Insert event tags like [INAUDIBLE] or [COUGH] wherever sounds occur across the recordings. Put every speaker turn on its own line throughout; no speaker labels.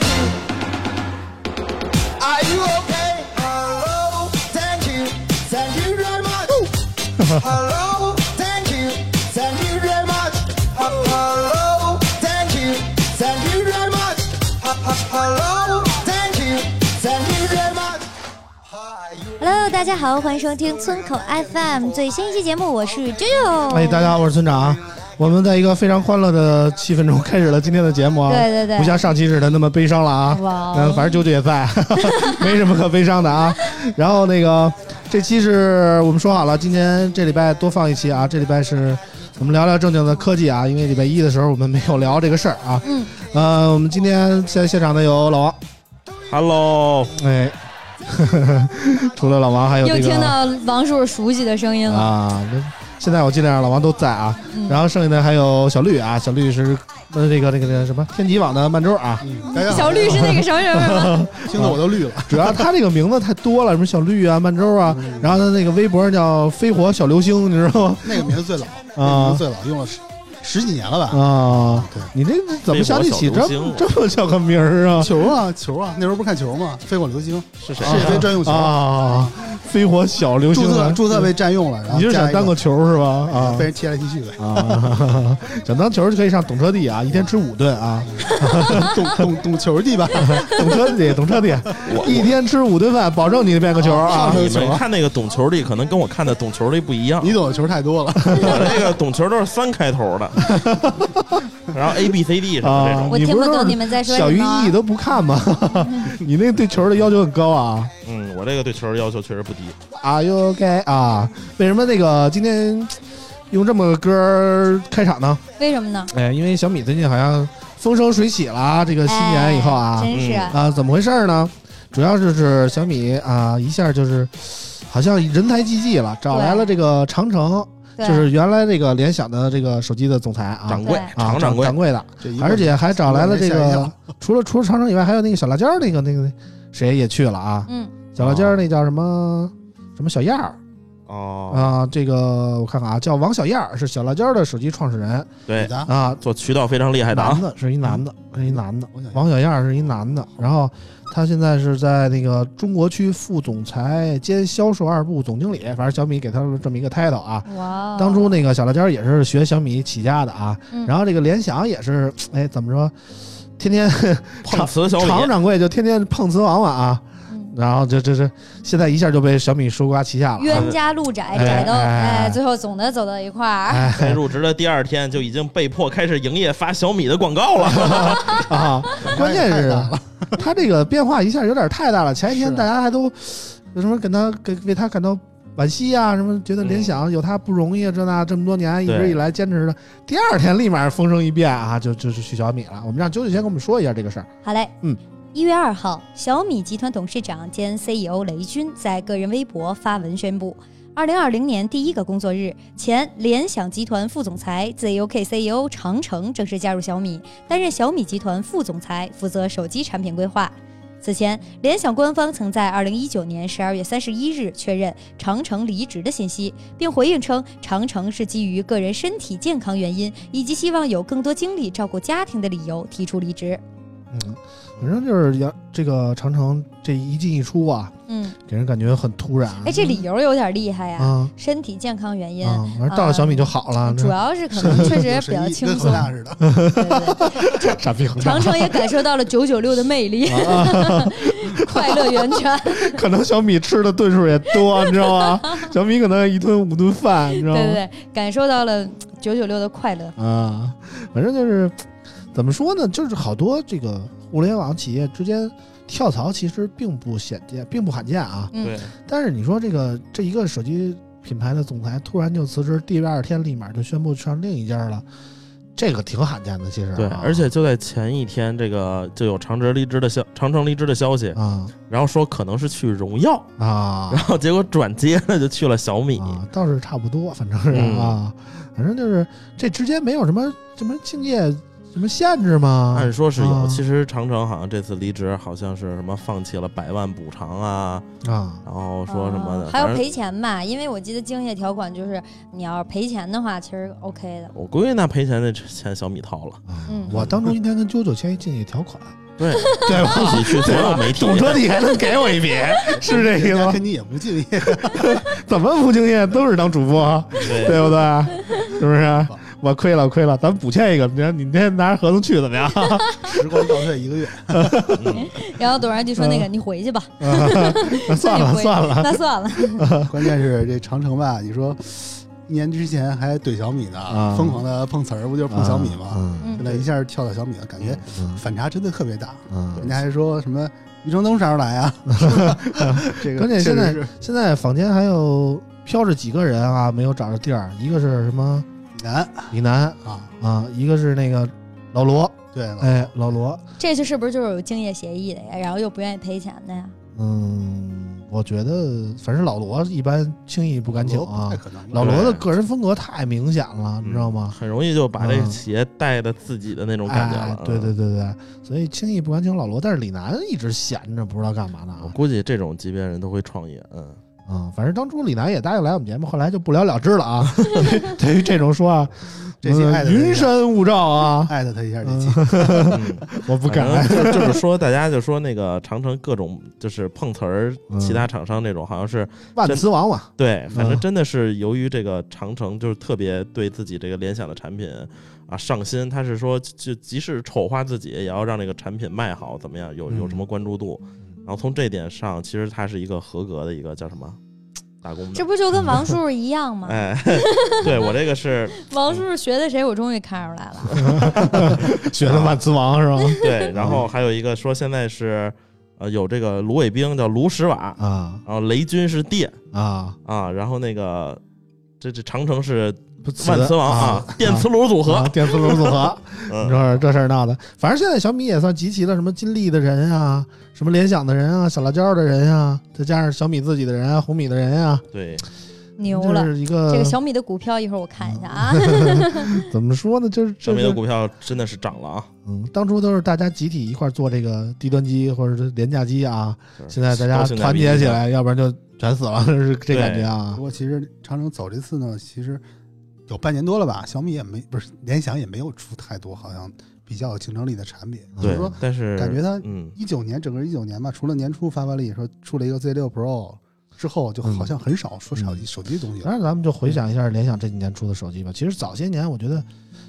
you. Are you okay? Hello, thank you. Thank you very much. Hello, thank you. Thank you very much. Hello, thank you. Thank you very much. Hello, thank you. Thank you very much.
Hello，大家好，欢迎收听村口 FM 最新一期节目，我是啾啾。
哎，大家好，我是村长。我们在一个非常欢乐的气氛中开始了今天的节目啊，
对对对
不像上期似的那么悲伤了啊。
哇
嗯，反正九九也在， [LAUGHS] 没什么可悲伤的啊。然后那个这期是我们说好了，今天这礼拜多放一期啊，这礼拜是我们聊聊正经的科技啊，因为礼拜一的时候我们没有聊这个事儿啊。
嗯。
呃，我们今天在现场的有老王，
Hello，
哎， [LAUGHS] 除了老王还有这
又
个
听到王叔叔熟悉的声音了，
啊，那现在我尽量让老王都在啊，
嗯
然后剩下的还有小绿啊，小绿是呃这个这个这个什么天极网的曼周啊，
大家好，
小绿是那个什么什么什么，
听得我都绿了。
主要他这个名字太多了，什么小绿啊、曼周啊，然后他那个微博叫飞火小流星，你知道吗？
那个名字最老，那个名
[LAUGHS] 啊
字最老，用了十十几年了吧？
啊
对，
你这这怎么想起起这
微博小流星
这么叫个名儿啊？
球啊球啊，那时候不看球吗？飞火流星
是谁
世
啊？
界杯专用球，
啊，飞火小流星
注
啊
册注册被占用了，然后
你就是想
加一
当个球是吧？啊，
被。人踢来踢去的
啊， [LAUGHS] 想当球就可以上懂车帝啊，一天吃五顿啊，
[LAUGHS] 懂懂懂球地
[LAUGHS]
吧？
懂车帝，懂车帝，
我
一天吃五顿饭，保证你变个球啊！
你们看那个懂球的，可能跟我看的懂球的不
[LAUGHS]
一样。
你懂的球太多了，
我这个懂球都是三开头的，然后 A B C D 什么
啊
这种。，
我
你
听
不
不
是
懂你们在说
小
什
于
么
一。都不看吗？ [LAUGHS] 你那对球的要求很高啊
嗯，我这个对球的要求确实不低。
！Are you OK 啊？为什么那个今天用这么个歌儿开场呢？
为什么呢？
哎，因为小米最近好像风生水起了啊，这个新年以后啊
哎真是
嗯
啊，怎么回事儿呢？主要就是小米啊，一下就是好像人才济济了，找来了这个长城，
对
就是原来这个联想的这个手机的总裁啊，
掌柜
对，
啊
常掌柜
掌，柜的。
这一
而且还找来了这
吓一
个
跳，
[LAUGHS] 除了除了长城以外，还有那个小辣椒儿那个那个谁也去了啊？
嗯，
小辣椒儿那叫什么什么小燕儿
哦，
啊？这个我看看啊，叫王小燕儿，是小辣椒儿的首席创始人
女
对，
的，
啊，
做渠道非常厉害的
男
啊。
的是一男的，是一男的
我想，
王小燕儿是一男的，然后。他现在是在那个中国区副总裁兼销售二部总经理，反正小米给他了这么一个 title 啊。
哇，
当初那个小辣椒儿也是学小米起家的啊，
哦嗯
然后这个联想也是，哎，怎么说，天天 [LAUGHS]
碰瓷小
常
[LAUGHS] 李，
掌柜就天天碰瓷王碗啊，
嗯
然后这这这现在一下就被小米收刮旗下了啊。
冤家路窄，
哎
窄到
哎
哎，最后总得走到一块儿。
在入职的第二天就已经被迫开始营业发小米的广告了。
啊，关键
太
是
大
他这个变化一下有点太大了。前一天
是啊
大家还都有什么跟他跟为他感到惋惜啊，什么觉得联想有他不容易啊，这那这么多年一直
对
以来坚持的，第二天立马风声一变啊，就就是去小米了。我们让九九先跟我们说一下这个事儿。
好嘞，
嗯。
一月二号，小米集团董事长兼 CEO 雷军在个人微博发文宣布，二零二零年第一个工作日，前联想集团副总裁 E ZUK CEO 长城正式加入小米，担任小米集团副总裁，负责手机产品规划。此前，联想官方曾在二零一九年十二月三十一日确认长城离职的信息，并回应称，长城是基于个人身体健康原因以及希望有更多精力照顾家庭的理由提出离职。
嗯，反正就是杨这个长城这一进一出啊，
嗯，
给人感觉很突然。
哎，这理由有点厉害呀，
嗯啊
身体健康原因。
啊，反正到了小米就好了。
嗯主要是可能确实
有
比
神
较
医
轻
跟
松
恒，大似的，
[LAUGHS]
对对对
傻逼恒
长城也感受到了九九六的魅
[LAUGHS]
力，
啊
快乐源泉，
可能小米吃的顿数也多，你知道
[LAUGHS]
吗？小米可能一顿五顿饭，你知道
对
吗？
对对，感受到了九九六的快乐。
啊，反正就是怎么说呢，就是好多这个互联网企业之间跳槽其实并不鲜见，并不罕见啊。
嗯
对，
但是你说这个这一个手机品牌的总裁突然就辞职，第二天立马就宣布上另一家了，
这个挺罕见的，其实啊
对，而且就在前一天，这个就有长职离职的消长城离职的消息，
啊
然后说可能是去荣耀，
啊
然后结果转接了就去了小米。
啊，倒是差不多，反正是
嗯
啊，反正就是这之间没有什么什么竞业什么限制吗？
按说是有，
啊
其实长城好像这次离职好像是什么放弃了百万补偿啊，
啊
然后说什么的，
哦还有
反正
赔钱吧？因为我记得竞业条款就是，你要是赔钱的话，其实 OK 的。
我估计那赔钱的钱小米
[LAUGHS]
掏了，
啊
嗯
我当初应该跟啾啾签一竞业条款，
对，
对吧？
一起去所有
[LAUGHS]
媒体，
懂车帝还能给我一
[LAUGHS]
笔，是这意思
人家
吗？
跟你也不敬业，
怎么不敬业都是当主播，
对，
对不对？是不是？我亏了，亏了，咱补欠一个。你看，你那拿着合同去怎
[LAUGHS]
么样？
时光倒退
[LAUGHS]
一个月，
嗯
然后董然就说：“那个，你回去吧。
嗯
[LAUGHS]
算了
那你回
算了，
那算
[LAUGHS]
了，
关键是这长城吧，你说一年之前还怼小米呢，
啊
疯狂的碰瓷儿，不就是碰小米吗？
嗯
现
嗯
在一下跳到小米了，感觉
嗯
反差真的特别大。人
嗯。
家还说什么余承东啥时候来啊？ [LAUGHS] 这个
关键现
确实
在
是
现在坊间还有飘着几个人啊，没有找着地儿。一个是什么
难
李楠
啊，
啊，一个是那个老罗，
对了，
哎，老罗，
这就是不是就是有竞业协议的呀？然后又不愿意赔钱的呀？
嗯，我觉得反正老罗一般轻易不敢请
罗不
啊
太。可能
老
吧。
罗的个人风格太明显了，你知道吗？
很容易就把这个
嗯
企业带的自己的那种感觉了嗯
哎。对对对对，所以轻易不敢请老罗，但是李楠一直闲着，不知道干嘛呢
嗯，我估计这种级别人都会创业，嗯，
[LAUGHS] 啊、嗯反正当初李楠也答应来我们节目，后来就不了了之了啊。 [LAUGHS] 对于这种说啊，
[LAUGHS] 这期
嗯
艾特他一
云
下
山雾罩啊，
艾特他一下 [LAUGHS] 这期
嗯，
嗯
我不敢。
反正
[LAUGHS]
就就是说，大家就说那个长城各种就是碰瓷儿
嗯，
其他厂商这种好像是
万磁王嘛，
对，反
嗯
正真的是由于这个长城就是特别对自己这个联想的产品啊上心，他是说就即使丑化自己，也要让这个产品卖好，怎么样
嗯
有有什么关注度，然后从这点上，其实他是一个合格的一个叫什么打工
这
的。
不就跟王叔叔一样吗？
哎， [LAUGHS] 对我这个是
王叔叔学的谁？我终于看出来了。
学的万磁王是吗？
对，然后还有一个说现在是呃有这个芦苇兵叫卢石瓦，
啊
然后雷军是电，
啊，
啊，然后那个这这长城是
不死
万磁王啊，电磁炉组合，
啊电磁炉组合，你
嗯，
说这事儿闹的。反正现在小米也算集齐了什么金立的人啊，什么联想的人啊，小辣椒的人啊，再加上小米自己的人啊，红米的人啊，
对，
牛
这！
了
是呃嗯一个
这个小米的股票一会儿我看一下啊。 [LAUGHS]
怎么说呢？就是
小
这
米
个
的股票真的是涨了啊，
嗯，当初都是大家集体一块儿做这个低端机或者是廉价机啊，
嗯
现在大家
高兴
团
比
结
例
起来，要不然就全死了， [LAUGHS] 是这感觉啊
不。过其实长城走这次呢，其实有半年多了吧，小米也没不是联想也没有出太多好像比较有竞争力的产品，
大，
所以
对
说，
但是
感觉它
嗯，
一九年整个一九年吧，除了年初发布了以后出了一个 Z 六 Pro 之后，就
嗯
好像很少说手机、手机的东西
当
了。
然，咱们就回想一下联想这几年出的手机吧。其实早些年，我觉得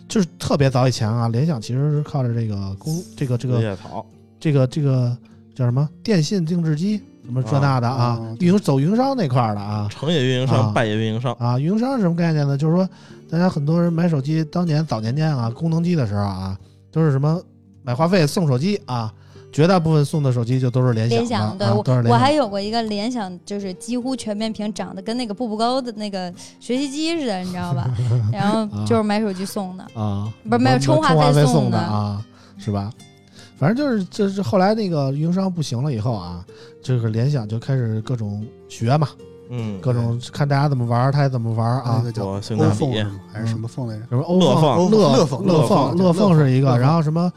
就是特别早以前啊，联想其实是靠着这个公这个这
这
个
叶草，
这个这个叫什么电信定制机什么这那的
啊啊
啊，运营走运营商那块儿的啊
成也运营
啊
商，败也运营商，
啊，运营商是什么概念呢？就是说，大家很多人买手机，当年早年间啊，功能机的时候啊，都是什么买话费送手机啊，绝大部分送的手机就都是联
联
想
想
的，
对我
啊、都是联
我
想
还有过一个联想，就是几乎全面屏，长得跟那个步步高的那个学习机似的，你知道吧？
[LAUGHS]
然后就是买手机送的，
啊，
不是没有
充
充话费
费
送
的
的
啊，是吧？反正就是就是后来那个运营商不行了以后啊，这个联想就开始各种学嘛，
嗯，
各种看大家怎么玩儿，他也怎么玩儿
那
啊
个。叫
我性
欧
价
凤
比
是，
嗯
吗还是什么凤来着？
什么欧
乐
凤、
凤
乐
乐凤
乐
乐凤
乐
对乐
凤
凤
是一个，
乐
然后什么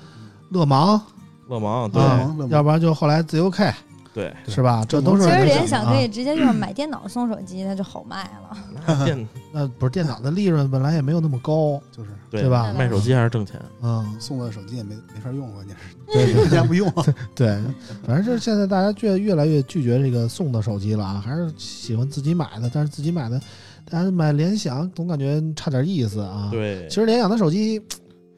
乐芒，
勒芒，对
乐
啊
芒乐，芒
要不然就后来 ZUK
对，
对
是吧？这
这
都是
其实联
想
想
的啊
可以直接就是买电脑送手机，它就好卖了。
那
[LAUGHS]
电
那不是电脑的利润本来也没有那么高，
就是
对
对吧
卖手机还是挣钱，
嗯，
送的手机也没没法用，关键是
[LAUGHS] 对对
大家不用。啊
[LAUGHS] 对，反正就是现在大家越越来越拒绝这个送的手机了啊，还是喜欢自己买的，但是自己买的，大家买联想总感觉差点意思啊。，
对
其，实联想的手机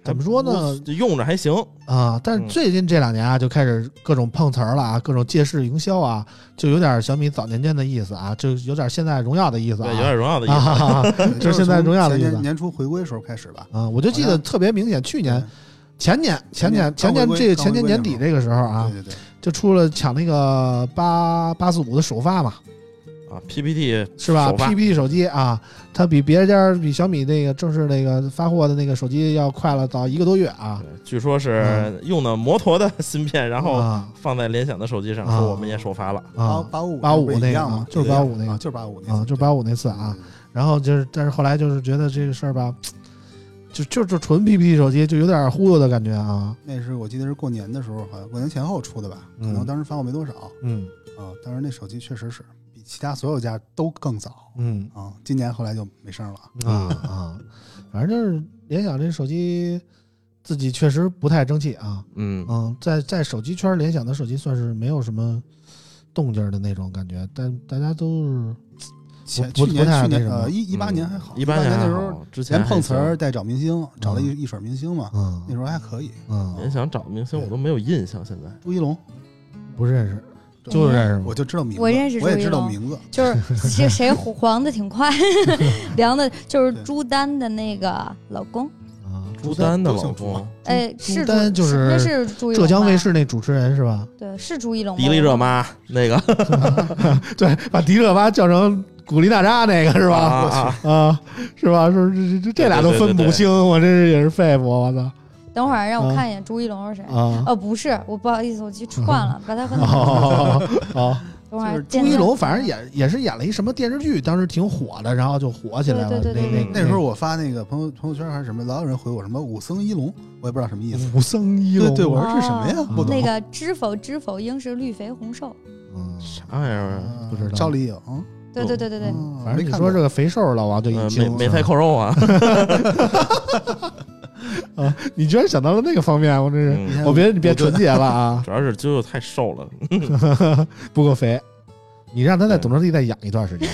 怎么说呢？
就用着还行，
啊，但是
嗯
最近这两年啊，就开始各种碰瓷儿了啊，各种借势营销啊，就有点小米早年间的意思啊，就有点现在荣耀的意思
对，
啊，
有点荣耀的意
啊
思，
哈哈哈
对
就是现在
从
荣耀的
前
意思
年年初回归的时候开始吧。
[LAUGHS] 啊，我就记得特别明显，去年
嗯
对。
前年、前
前
年、
年
前年
刚回
这个
归
前年
刚回归
年底
那会
这个时候啊，
对对对，
就出了抢那个八八四五的首发嘛，
啊，PPT
是吧
首发
？PPT 手机啊，它比别家比小米那个正式那个发货的那个手机要快了早一个多月啊。嗯
对据说是用的摩托的 [LAUGHS] 芯片，然后
啊
放在联想的手机上，
啊
说我们也首发了。
啊
八五
85
不是一
那个
样吗？
就是
对
85那个
啊就是八五那嗯
啊，
个，
就是八五那次啊，然后就是，但是后来就是觉得这个事儿吧，就就就纯 PPT 手机就有点忽悠的感觉啊。
那是我记得是过年的时候，好像过年前后出的吧，可
嗯
能当时发货没多少
嗯
啊。当时那手机确实是比其他所有家都更早
嗯
啊。今年后来就没声了。
啊啊，反正就是联想这手机自己确实不太争气啊。
嗯，
嗯，在在手机圈，联想的手机算是没有什么动静儿的那种感觉，但大家都是
前
不
去年
不太
去年
那什么嗯
呃一一八年还好，
一
八
八
那
还
时候
好，之前
连碰瓷儿
还行。
带找明星，找了一一水明星嘛，
嗯
那时候还可以。
嗯
联想找明星我都没有印象，现在
朱一龙，
不认识，就是认识
我
吗？
就知道名字，
我认识
我也
朱一
知道
龙
名字，
[LAUGHS]
就是谁谁黄的挺快，凉的就是朱丹的那个老公，
啊，
朱丹的
都
老
姓朱
公
吗，
哎，
朱
是
丹
朱
就是
那是朱一龙
浙江
吧
卫，视那主持人是吧？
对，是朱一龙吗，
迪丽热巴那个
[LAUGHS] 对，把迪丽热巴叫成古力娜扎那个是
是
吧？
啊，
啊，是吧？说这这这俩都分不清，我这是也是肺腑，我操
等会儿让我
啊
看一眼朱一龙是谁。
啊！
哦，不是，我不好意思，我去串
[LAUGHS]
了，把他和
哦
[LAUGHS]
哦，
等会
就
儿
是朱
见
一
面
龙，反正也也是演了一什么电视剧，当时挺火的，然后就火起来了。
对对对对
那
那时候我发那个朋友朋友圈还是什么，老有人回我什么武僧一龙，我也不知道什么意思。
武僧一
对
龙，啊
对，我说是什么呀
哦？
不懂。
那个知否知否，应是绿肥红瘦。
嗯
啥玩意儿啊？
啊
不知道
赵丽颖，
对对对对对，
嗯
反正
没
你
看
说
过
这个肥瘦老王就一
嗯美
呃
惊，
美菜扣肉啊！
你居然想到了那个方面，我真是，
以
嗯
前有
我别你别
有
纯洁了啊，
主要是啾啾太瘦了，
不够肥，你让他在董卓地再养一段 [LAUGHS] 时间，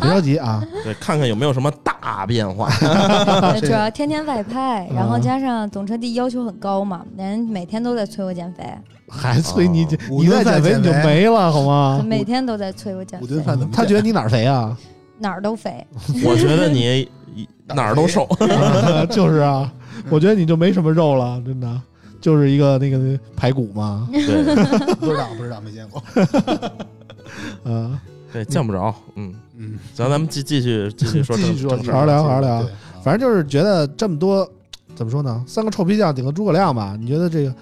别着急啊，
嗯对，看看有没有什么大变化。
呃
这
主要天天外拍，然后
嗯
加上董车帝要求很高嘛，人每天都在催我减
啊
肥，
还催你减，
哦
你再减肥你就没了好吗？
每天都在催我减
五
肥
顿，饭怎么
[LAUGHS] 他觉得你哪儿肥啊？
哪儿都肥。
我觉得 [LAUGHS] 你一哪儿都瘦，
[LAUGHS] 就是啊，我觉得你就没什么肉了，真的，就是一个那个排骨 [LAUGHS] 嘛，
对
得不知道不知道没见过。
嗯，
对，见不着。嗯，
嗯，
行，咱们继继续继续说
[LAUGHS]
继
正
续说
正事
好好
儿。
聊好好聊
对。啊
反正就是觉得这么多，怎么说呢？三个臭皮匠顶个诸葛亮吧。你觉得这个，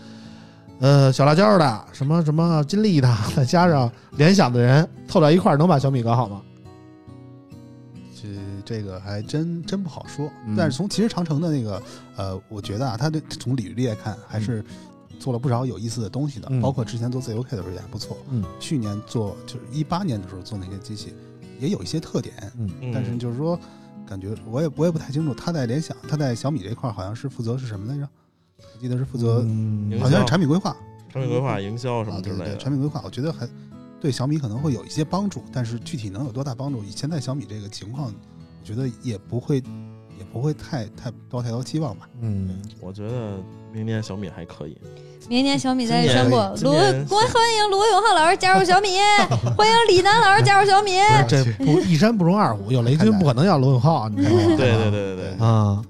呃，小辣椒的什么什么金立的，再加上联想的人凑到一块儿，能把小米搞好吗？
这这个还真真不好说
嗯。
但是从其实长城的那个呃，我觉得啊，他这从履历来看，还是做了不少有意思的东西的
嗯，
包括之前做 ZUK 的时候也还不错。
嗯，
去年做就是一八年的时候做那些机器，也有一些特点，
嗯
但是就是说。感觉我也我也不太清楚，他在联想，他在小米这块儿好像是负责是什么来着？我记得是负责，
嗯
好像是产品规划，
产品规划、营销什
啊，
么之
对
类
对对，
的。
产品规划，我觉得还对小米可能会有一些帮助，但是具体能有多大帮助，以现在小米这个情况，我觉得也不会，也不会太太抱太多期望吧。
嗯，
我觉得明年小米还可以。
啊
明年小米再
今年
宣布，
今
罗
年
欢欢迎罗永浩老师加入小
[LAUGHS]
米，欢迎李楠老师加入小米。
不是这
[LAUGHS]
不一山不容二虎，有雷军不可能要罗永浩，啊你知道吗？
对对对对对。
啊，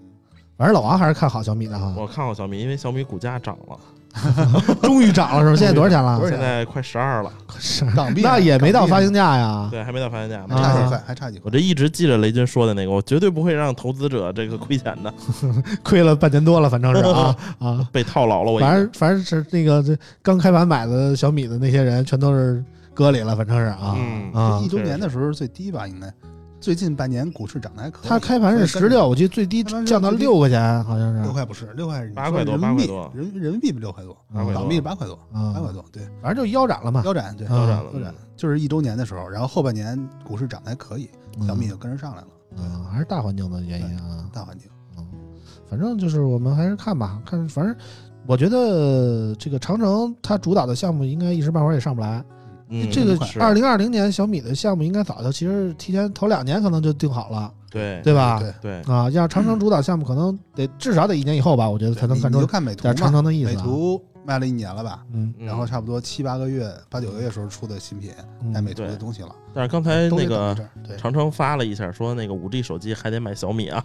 反正老王还是看好小米的哈，
我看过小米，因为小米股价涨了，
终于涨了是吧？现在多少钱了
多？少
现在快十二了，
[LAUGHS] 是
港币啊
那也没到
港币啊
发行价呀。
对，还没到发行价。
还差
啊
几块，还差几
我
块。
这一直记着雷军说的那个，我绝对不会让投资者这个亏钱的， [LAUGHS]
亏了半年多了，反正是
[LAUGHS]
啊啊，
被套牢了我已经。
反正反正是那个这刚开盘买的小米的那些人，全都是割里了，反正是啊、
嗯
啊
一。周
是
年的时候最低吧，应该。最近半年股市涨得还可以。
它开盘是十六，我记得最低
开盘是
降到六块钱，好像是
六块不是六块，
八块多
人民币
八块多
人人民币六块多，
八块多
港币八块多，
啊
八，块多，对，
反正就腰斩了嘛。
腰
[LAUGHS]
斩，对，
啊
腰斩了，
腰斩，就是一周年的时候，然后后半年股市涨得还可以，
嗯
小米就跟着上来了，
啊，还是大环境的原因啊。
大环境。
嗯，反正就是我们还是看吧，看，反正我觉得这个长城它主导的项目应该一时半会儿也上不来。
嗯
这个
是
二零二零年小米的项目应该早就其实提前头两年可能就定好了，
对
对吧？
对，
对
啊，要长城主导项目，可能得至少得一年以后吧，我觉得才能
你
看
你
出
就看美图
点长
嘛
城的意思、
美
啊。
图卖了一年了吧，
嗯，
嗯
然后差不多七八个月、八九个月时候出的新品，带哎美
嗯，
图的
对
东西了。
但是刚才
都
那
得等
个
一阵儿对，
长城发了一下，说那个五 G 手机还得买小米啊，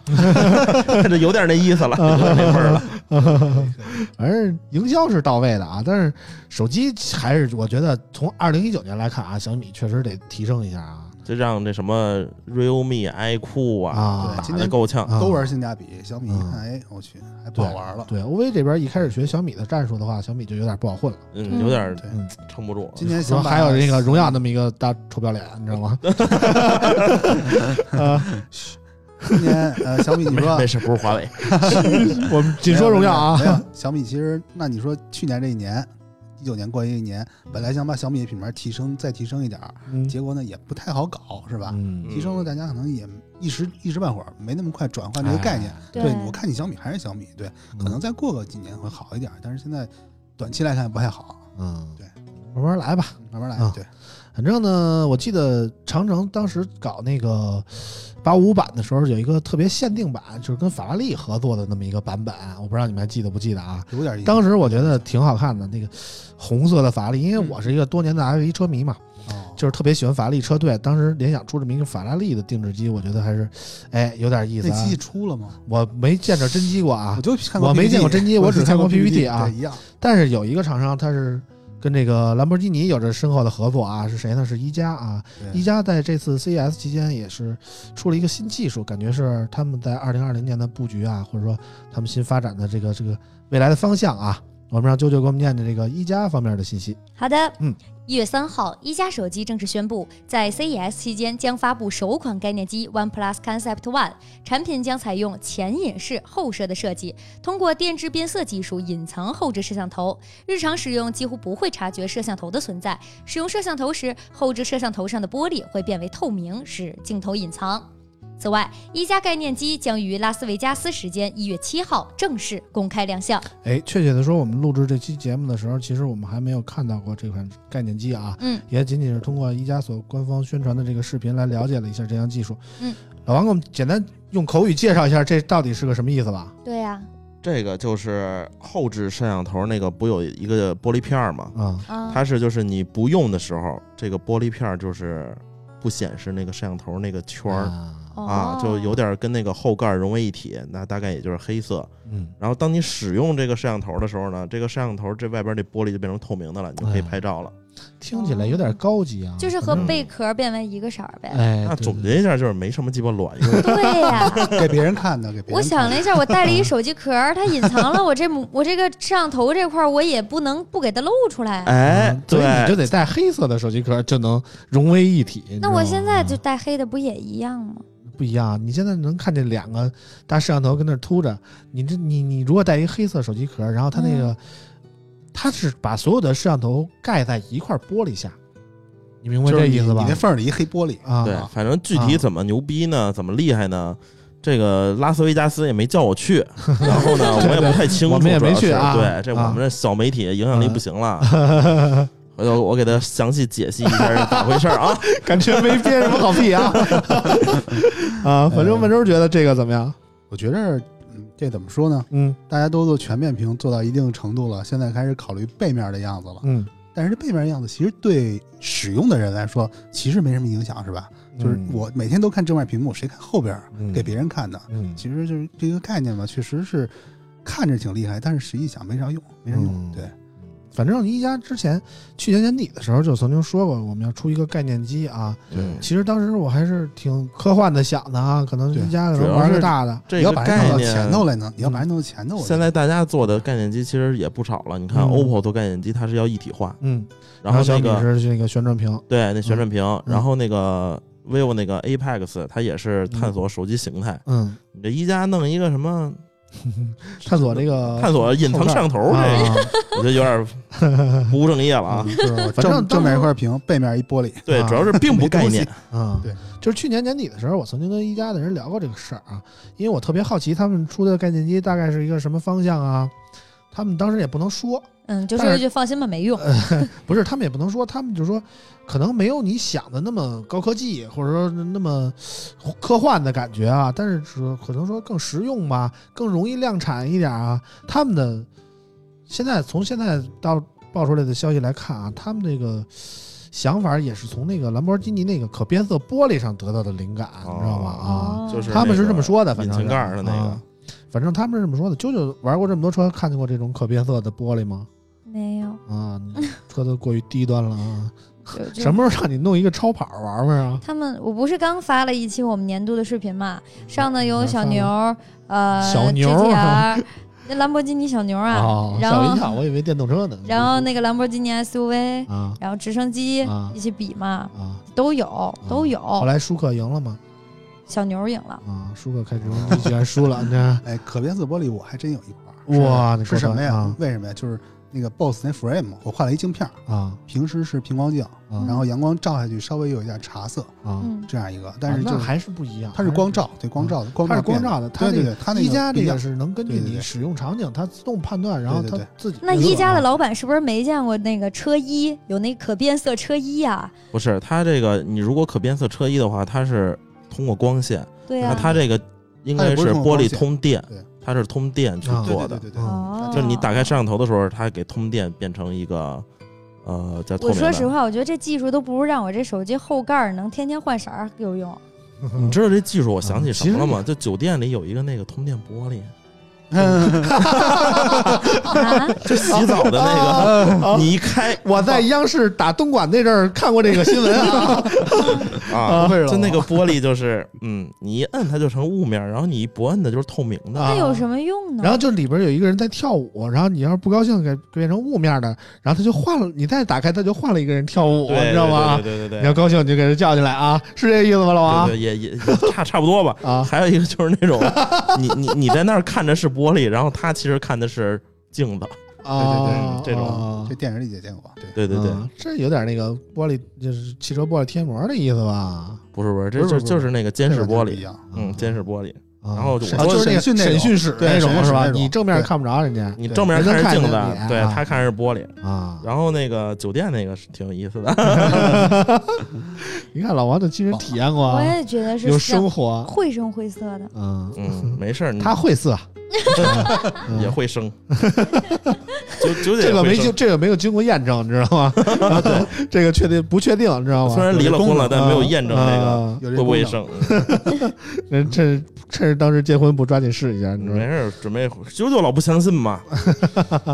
这有点那意思了，有点那味儿了。
[LAUGHS] 反正营销是到位的啊，但是手机还是我觉得从二零一九年来看啊，小米确实得提升一下啊。
就让这什么 realme、iQOO 啊
啊
对，今
打得
年
够呛。
啊
都玩性价比，小米一
嗯
看，哎，我去，还不好玩了。
对，OV 这边一开始学小米的战术的话，小米就有点不好混了。
嗯，有点
对
嗯，
撑不住。
今年
说
想把
还有那个荣耀那么一个大臭不要脸，你知道
[LAUGHS]
吗？
今年呃小米，你
没
说
没事，不是华为。
我们仅说荣耀啊
没。有没有小米其实，那你说去年这一年，一九年过去一年，本来想把小米品牌提升再提升一点儿，
嗯
结果呢也不太好搞，是吧？
嗯，
提升了，大家可能也一时一时半会儿没那么快转换这个
哎
概念。
对
我看你小米还是小米，对，
嗯
可能再过个几年会好一点儿，但是现在短期来看不太好，
嗯，
对，
慢慢来吧。
慢慢来。
啊
对，
反正呢，我记得长城当时搞那个八五版的时候，有一个特别限定版，就是跟法拉利合作的那么一个版本，我不知道你们还记得不记得啊？
有点意思。
当时我觉得挺好看的，那个红色的法拉利，因为我是一个多年的 F 1车迷嘛，
哦
就是特别喜欢法拉利车队。当时联想出这么一个法拉利的定制机，我觉得还是，哎，有点意思、
那
啊
机器。出了吗？
我没见着真机过啊
我，就看过
我没
PPT
见过真机我只看过 PPT 啊
对一样。
但是有一个厂商，它是跟这个兰博基尼有着深厚的合作啊，是谁呢？是一加啊。
对
一加在这次 CES 期间也是出了一个新技术，感觉是他们在二零二零年的布局啊，或者说他们新发展的这个这个未来的方向啊。我们让啾啾给我们念念这个一加方面的信息。
好的，
嗯，
一月三号，一加手机正式宣布，在 CES 期间将发布首款概念机 OnePlus Concept One，产品将采用前隐式后摄的设计，通过电致变色技术隐藏后置摄像头，日常使用几乎不会察觉摄像头的存在。使用摄像头时，后置摄像头上的玻璃会变为透明，使镜头隐藏。此外，一加概念机将于拉斯维加斯时间一月七号正式公开亮相。
哎，确切的说，我们录制这期节目的时候，其实我们还没有看到过这款概念机啊，
嗯，
也仅仅是通过一加所官方宣传的这个视频来了解了一下这项技术。
嗯，
老王给我们简单用口语介绍一下这到底是个什么意思吧？
对呀、
这个就是后置摄像头那个不有一个玻璃片儿吗？
啊、
啊，
它是就是你不用的时候，这个玻璃片儿就是不显示那个摄像头那个圈儿
啊，
啊，就有点跟那个后盖儿融为一体，那大概也就是黑色。
嗯，
然后当你使用这个摄像头的时候呢，这个摄像头这外边这玻璃就变成透明的了，你就可
哎
以拍照了。
听起来有点高级啊，
哦就是和
反正
贝壳变为一个色儿呗。。
哎，
那
对
总，结一下就是没什么鸡巴卵用
[LAUGHS] 对呀、
[LAUGHS]
给别人看的，给别人看的。
我想了一下，我带了一手机壳儿，它隐藏了我这
[LAUGHS]
母我这个摄像头这块儿，我也不能不给它露出来。
哎
嗯，所以你就
对，
得带黑色的手机壳就能融为一体。你知
那
道吗
我现在就戴黑的，不也一样吗？
不一样，你现在能看见两个大摄像头跟那儿凸着，你这你你如果带一黑色手机壳，然后它那个、
嗯
它是把所有的摄像头盖在一块玻璃下，你明白
就是
这
你
意思吧
你那？缝儿里一黑玻璃，
啊，
对，反正具体怎么牛逼呢？怎么厉害呢？这个拉斯维加斯也没叫
[LAUGHS]
我去，然后呢，我也不太清楚，
我们也没去
主要
啊
是对，这
啊嗯
我们这小媒体影响力不
[LAUGHS]
行了。回头我给他详细解析一下是咋回事儿
[LAUGHS]
啊？
感觉没憋什么好
[LAUGHS]
屁啊啊！反
哎
正文周觉得这个怎么样？
我觉着，嗯，这怎么说呢？
嗯
大家都做全面屏做到一定程度了，现在开始考虑背面的样子了。
嗯，
但是这背面的样子其实对使用的人来说，其实没什么影响，是吧？就是
嗯
我每天都看正面屏幕，谁看后边儿
嗯
给别人看的？
嗯
其实就是这个概念嘛，确实是看着挺厉害，但是实际想没啥用，没啥用。
嗯
对，
反正一加之前去年年底的时候就曾经说过，我们要出一个概念机啊。
嗯
其实当时我还是挺科幻的想的啊，可能
对
一加可
主
能
要
玩个嗯
是
大的，
这
你要
个
把它弄
概
到
念
前头来呢，你要把它弄到前头来。
现在大家做的概念机其实也不少了。你看
嗯
OPPO 做概念机，它是要一体化，
嗯，
然后
小
那
米
个
是嗯那个旋转屏，
对那旋转屏，然后那个 vivo 那个 Apex，它也是探索手机形态。
嗯，
你这一加弄一个什么
[LAUGHS] 探索这个
探索隐藏摄像头
后
这
盖
个？
啊，
我觉得有点不务正业了啊。
[LAUGHS]
嗯是吧
反正
正正面一块屏，背面一玻璃。
对，
啊
主要是并不概念
没，
嗯，
对，
就是去年年底的时候，我曾经跟一加的人聊过这个事儿啊，因为我特别好奇他们出的概念机大概是一个什么方向啊，他们当时也不能说，
嗯，就
但
是
是
就放心吧，没用。
啊不是，他们也不能说，他们就说，可能没有你想的那么高科技，或者说那么科幻的感觉啊，但是说可能说更实用吧，更容易量产一点啊。他们的现在从现在到爆出来的消息来看啊，他们这个想法也是从那个兰博基尼那个可变色玻璃上得到的灵感，你知道吗？啊，
哦
就是
他们是
那
这
个
么说的，反
引
正
擎
是
盖儿的那个
啊。反正他们是这么说的。啾啾玩过这么多车，看见过这种可变色的玻璃吗？
没有，
啊，车都过于低端了啊！
对就
什么时候让你弄一个超跑玩玩啊？
他们，我不是刚发了一期我们年度的视频嘛？上的有小牛，呃，
嗯小牛 [LAUGHS]
GTR，那兰博基尼小牛啊
哦，，
然
吓我一
后
跳，我以为电动车呢。
然后那个兰博基尼 SUV，
啊
然后直升机
啊哦
一起比嘛，
啊！
都有都
后
有。
来舒克赢了吗？
小牛赢了，
啊，舒克开直升机居然输
[LAUGHS]
了，你看
哎，可变色玻璃我还真有一块儿。
哇你
是
说
是什么
啊
呀？为什么呀？就是那个 BOSS 那 frame，我换了一镜片儿，
啊
平时是平光镜，
啊
然后阳光照下去稍微有一点茶色，
啊！
嗯，
这样一个，但是
啊那
就是
还是不一样，
它是光照，对光照的，光
它
照
是光
变
照的，它
对
这
对
个
对，它那
一加
不
这
一
个
样
是能根据
对对
你
对
使用场景，它自动判断，然后
对
它
对
自己
那一加的
[LAUGHS] 老
老板是不是没见过那个车衣有那可变色车衣啊？
[LAUGHS] 不是它这个，你如果可变色车衣的话，它是通过光线，
对
那
啊，
它这个应该是玻璃通电
它也不是通过光线对，
它是通电去
啊
对
做
对
的
对。对对，
嗯
哦
就是你打开摄像头的时候，它给通电变成一个呃叫透
我
明的。
说实话，我觉得这技术都不如让我这手机后盖儿能天天换色儿有
[LAUGHS]
用。
你知道这技术我想起
啊
什么了
嗯其
吗？就酒店里有一个那个通电玻璃，
啊，
就洗澡的那
[LAUGHS]
啊
哦
个，你一开
我在央视打东莞那阵儿看过这个新闻啊，
啊
不会，了
就那个玻璃就是，嗯，你一摁它就成雾面，然后你一不摁它就是透明的。
啊
那有什么用呢？
然后就里边有一个人在跳舞，然后你要是不高兴，给变成雾面的，然后他就换了，你再打开，他就换了一个人跳舞，
对
你知道吗
对？对对对
你要
对
高兴，你就给人叫进来啊，是这意思吗，老
对，
王
对？也也也差差不多吧。
啊
还有一个就是那种，你你你在那儿看着是玻璃，然后他其实看的是镜子。
啊，
对对对这种
啊
这电影里也见过，对，
对对对，
啊这有点那个玻璃就是汽车玻璃贴膜的意思吧？
不是不是，这
不是
就
不是
就是那个监视
这
玻
完全不一
璃，
样，
嗯，监视玻璃。
啊
然后就
啊
我
就是那个
审讯那种
审讯室
对
那种
审讯
是吧？
那种
你正面
对
看不着人家
你正面看是镜子
人能看见你，
对
啊
他看是玻璃。 [LAUGHS]
啊。
然后那个酒店那个是挺有意思的，
[LAUGHS] 你看老王就亲身体验过
我
啊，
也觉得是
有
像
生活，
绘声绘色的。
嗯
嗯，没事儿，你
他会色，嗯
[LAUGHS] 也会生，九
[LAUGHS]
九姐
这个
也会
没
生
经这个没有经过验证，你知道
[LAUGHS]
吗？这个确定不确定，你知道吗？
虽然离了婚了，但没有验证这个
啊
有
会
这
不会
功能
生。
趁趁趁着当时结婚不抓紧试一下，你
嗯
说
没事儿，准备九九老不相
[LAUGHS]
信嘛，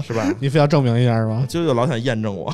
是吧？
你非要证明一下是吧？
九九老想验证我，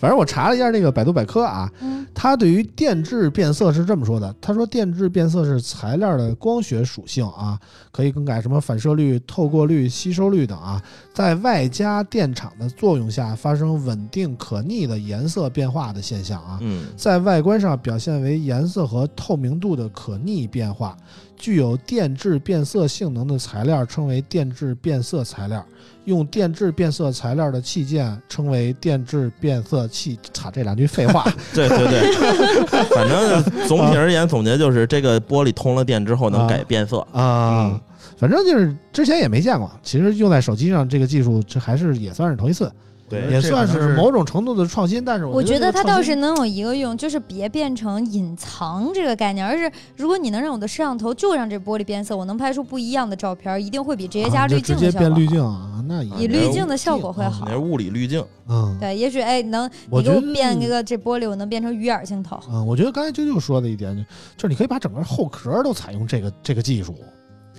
反正我查了一下那个百度百科啊，
嗯，
它对于电致变色是这么说的：他说电致变色是材料的光学属性啊，可以更改什么反射率、透过率、吸收率等啊，在外加电场的作用下发生稳定可逆的颜色变化的现象啊。
嗯，
在外观上表现为颜色和透明度的可逆变化。具有电致变色性能的材料称为电致变色材料，用电致变色材料的器件称为电致变色器。操，这两句废话
[LAUGHS] 对对对，
[LAUGHS]
反正总体而言总结就是，这个玻璃通了电之后能改变色，
啊、
嗯
反正就是之前也没见过。其实用在手机上这个技术，这还是也算是头一次，
对
也算
这可
是
能是
某种程度的创新。但是
我觉
觉
得它
这个
倒
创
是
新
能有一个用，就是别变成隐藏这个概念，而是如果你能让我的摄像头就让这玻璃变色，我能拍出不一样的照片，一定会比直接加
啊就
滤镜
直
的
接
效果
变
好。
滤镜啊，那也
以
滤
镜的效
啊
果会好
那是物理滤镜，
嗯，
对，也许哎，能
我
你给
觉
我
得
变一个这玻璃，我能变成鱼眼镜头。
嗯，我觉得刚才啾啾说的一点，就就是你可以把整个后壳都采用这个这个技术，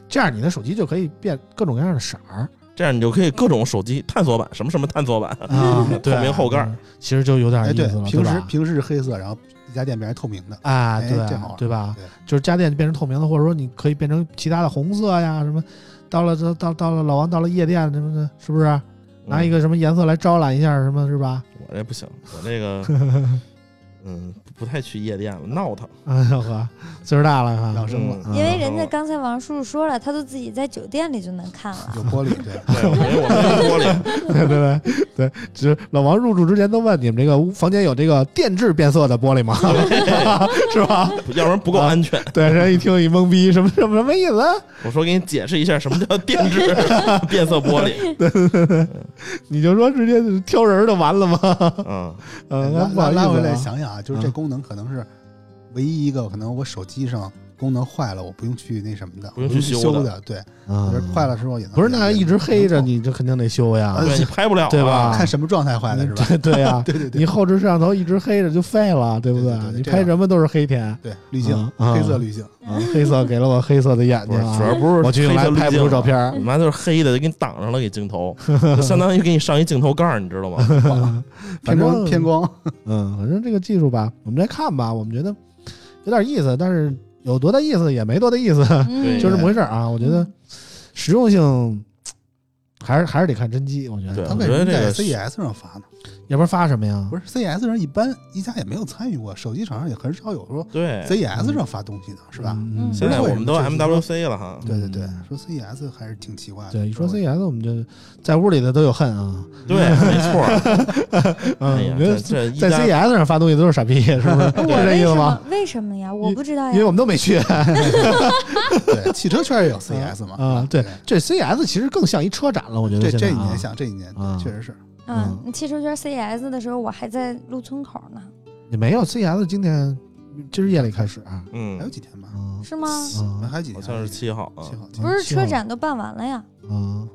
这样你的手机就可以变各种各样的色儿
这样你就可以各种手机探索版，什么什么探索版，
啊，
透明后盖儿
嗯其实就有点
哎，
意思
对
了，，对
平时
吧
平时是黑色，然后一家店变成透明的，
啊，
哎
对
这好玩
对吧？
对
就是家电变成透明的，或者说你可以变成其他的红色呀什么。到了到到到了老王到了夜店什么的，是不是 [LAUGHS] 拿
嗯
一
个。
个什么颜色来招揽一下什么，是吧？ [LAUGHS]
嗯我这不行，我这个，嗯，不不太去夜店了，闹腾。
哎呦呵，岁数大了哈
养，生了，
嗯
因为人家刚才王叔叔说了，他都自己在酒店里就能看
嗯
了。
有玻璃，
[LAUGHS]
对，
嗯对，我没我没玻璃，
对对对对，只老王入住之前都问你们这个屋房间有这个电致变色的玻璃吗？ [LAUGHS] 是吧？
要不然不够安全。
对，人一听一懵逼，什么什么什么意思啊？
我说给你解释一下什么叫电
[LAUGHS]
致变色玻璃。
你就说直接挑人儿就完了吗？
嗯，
嗯，
拉
不好
拉
意思
拉
啊
回来想想啊，就是这
嗯
功能可能是唯一一个可能我手机上功能坏了，我不用去那什么的，
不用
我去
去修
修
的
的。对，
啊
我觉得坏了之后也能
不是那
也
一直黑着，
能
你，这肯定得修呀，
呃
对你拍不了啊，
对吧
看什么状态坏了是吧？
对对呀、
[LAUGHS] 对对对
你后置摄像头一直黑着就废了，对不
对对对对
你
这样
拍什么都是黑天啊，
对，滤镜
啊，啊
黑色滤镜，
黑色给了我黑色的眼
不
睛
是，主要
啊，
不是
我去
黑
用来
色滤
拍不
镜啊
出照片儿
你。妈就是黑的，就给你挡上了，给镜
[LAUGHS]
头，就相当于给你上一镜头盖儿，你知道吗？
反正
偏光偏光，
嗯，反正这个技术吧，我们来看吧，我们觉得有点意思，但是有多大意思也没多大意思，
嗯，
就这么回事儿啊。我觉得实用性还是还是得看真机，我觉
对
得
他
我
为
觉
什
得这
么在
个
CES 上发呢？
要不然发什么呀
不？是 CES 上一般一家也没有参与过，手机厂商也很少有说
对，
CES E 上发东西的，是吧？
哎嗯
嗯
现在我们都
为什么这
MWC 了哈，
对对对
嗯，
说 CES 还是挺奇怪的。
对，一说 CES，我们就在屋里的都有恨啊。
对，
[LAUGHS]
没错儿。哎
嗯，
呀
我，觉
这
得
这一
在啊
家
CES 上发东西都是傻逼，是不是？
我
是这
为
意
什
思吗
么？为什么呀？我不知道
因为
哎呀。
我们都没去啊、
对，汽车圈也有
嗯
CES 嘛？
对，这 CES 其实更像一车展了，我觉得
这
现
这
在
一
啊
年像这一年，
啊
对确实是
嗯，汽车圈 CES 的时候，我还在路村口呢，
也没有 CES 今天今儿夜里开始啊，
嗯
还有，几天吧？
嗯
是吗？
还
嗯
还有几
好
天？
像是七号啊
七，号，
嗯
不是
希望
车展都办完了呀？
嗯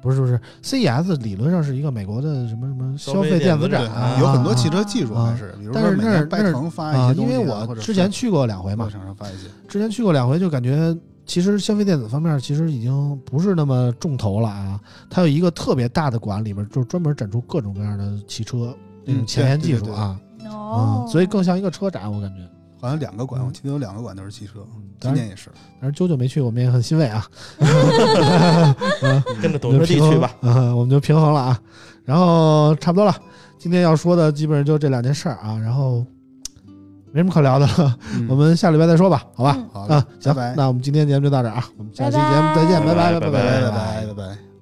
不是不是，CES 理论上是一个美国的什么什么消费
费电
电子
子
展
展
啊，
对，有很多汽车技术还是，比如
但
说
是
每
那儿
年
那
拜
儿
腾发一
啊，
些
因
东西
为
啊，
我
或者
之前
去
去过两回嘛
厂，商发一些，
之前去过两回，就感觉其实消费电子方面其实已经不是那么重头了啊。它有一个特别大的馆，里边就专门展出各种各样的汽车那种
嗯
前沿
对
技
对
术
对
啊，
哦
嗯，，所以更像一个车展，我感觉。
好像两个馆，
嗯
我记得有两个馆都是汽车，
嗯，
今
当然
年，也是。
当然啾啾没去，我们也很欣慰啊。
跟着
我
董
们就
事弟
平衡
去吧。，
嗯，我们就平衡了啊。然后差不多了，今天要说的基本上就这两件事儿啊，然后没什么可聊的了，
嗯
[LAUGHS] 我们下礼拜再说吧，好吧？
嗯
好
啊
了，，
行，
拜拜，
那我们今天节目就到这儿啊，我们下期
拜
节目
拜
再见，拜
拜拜
拜拜
拜
拜
拜拜拜。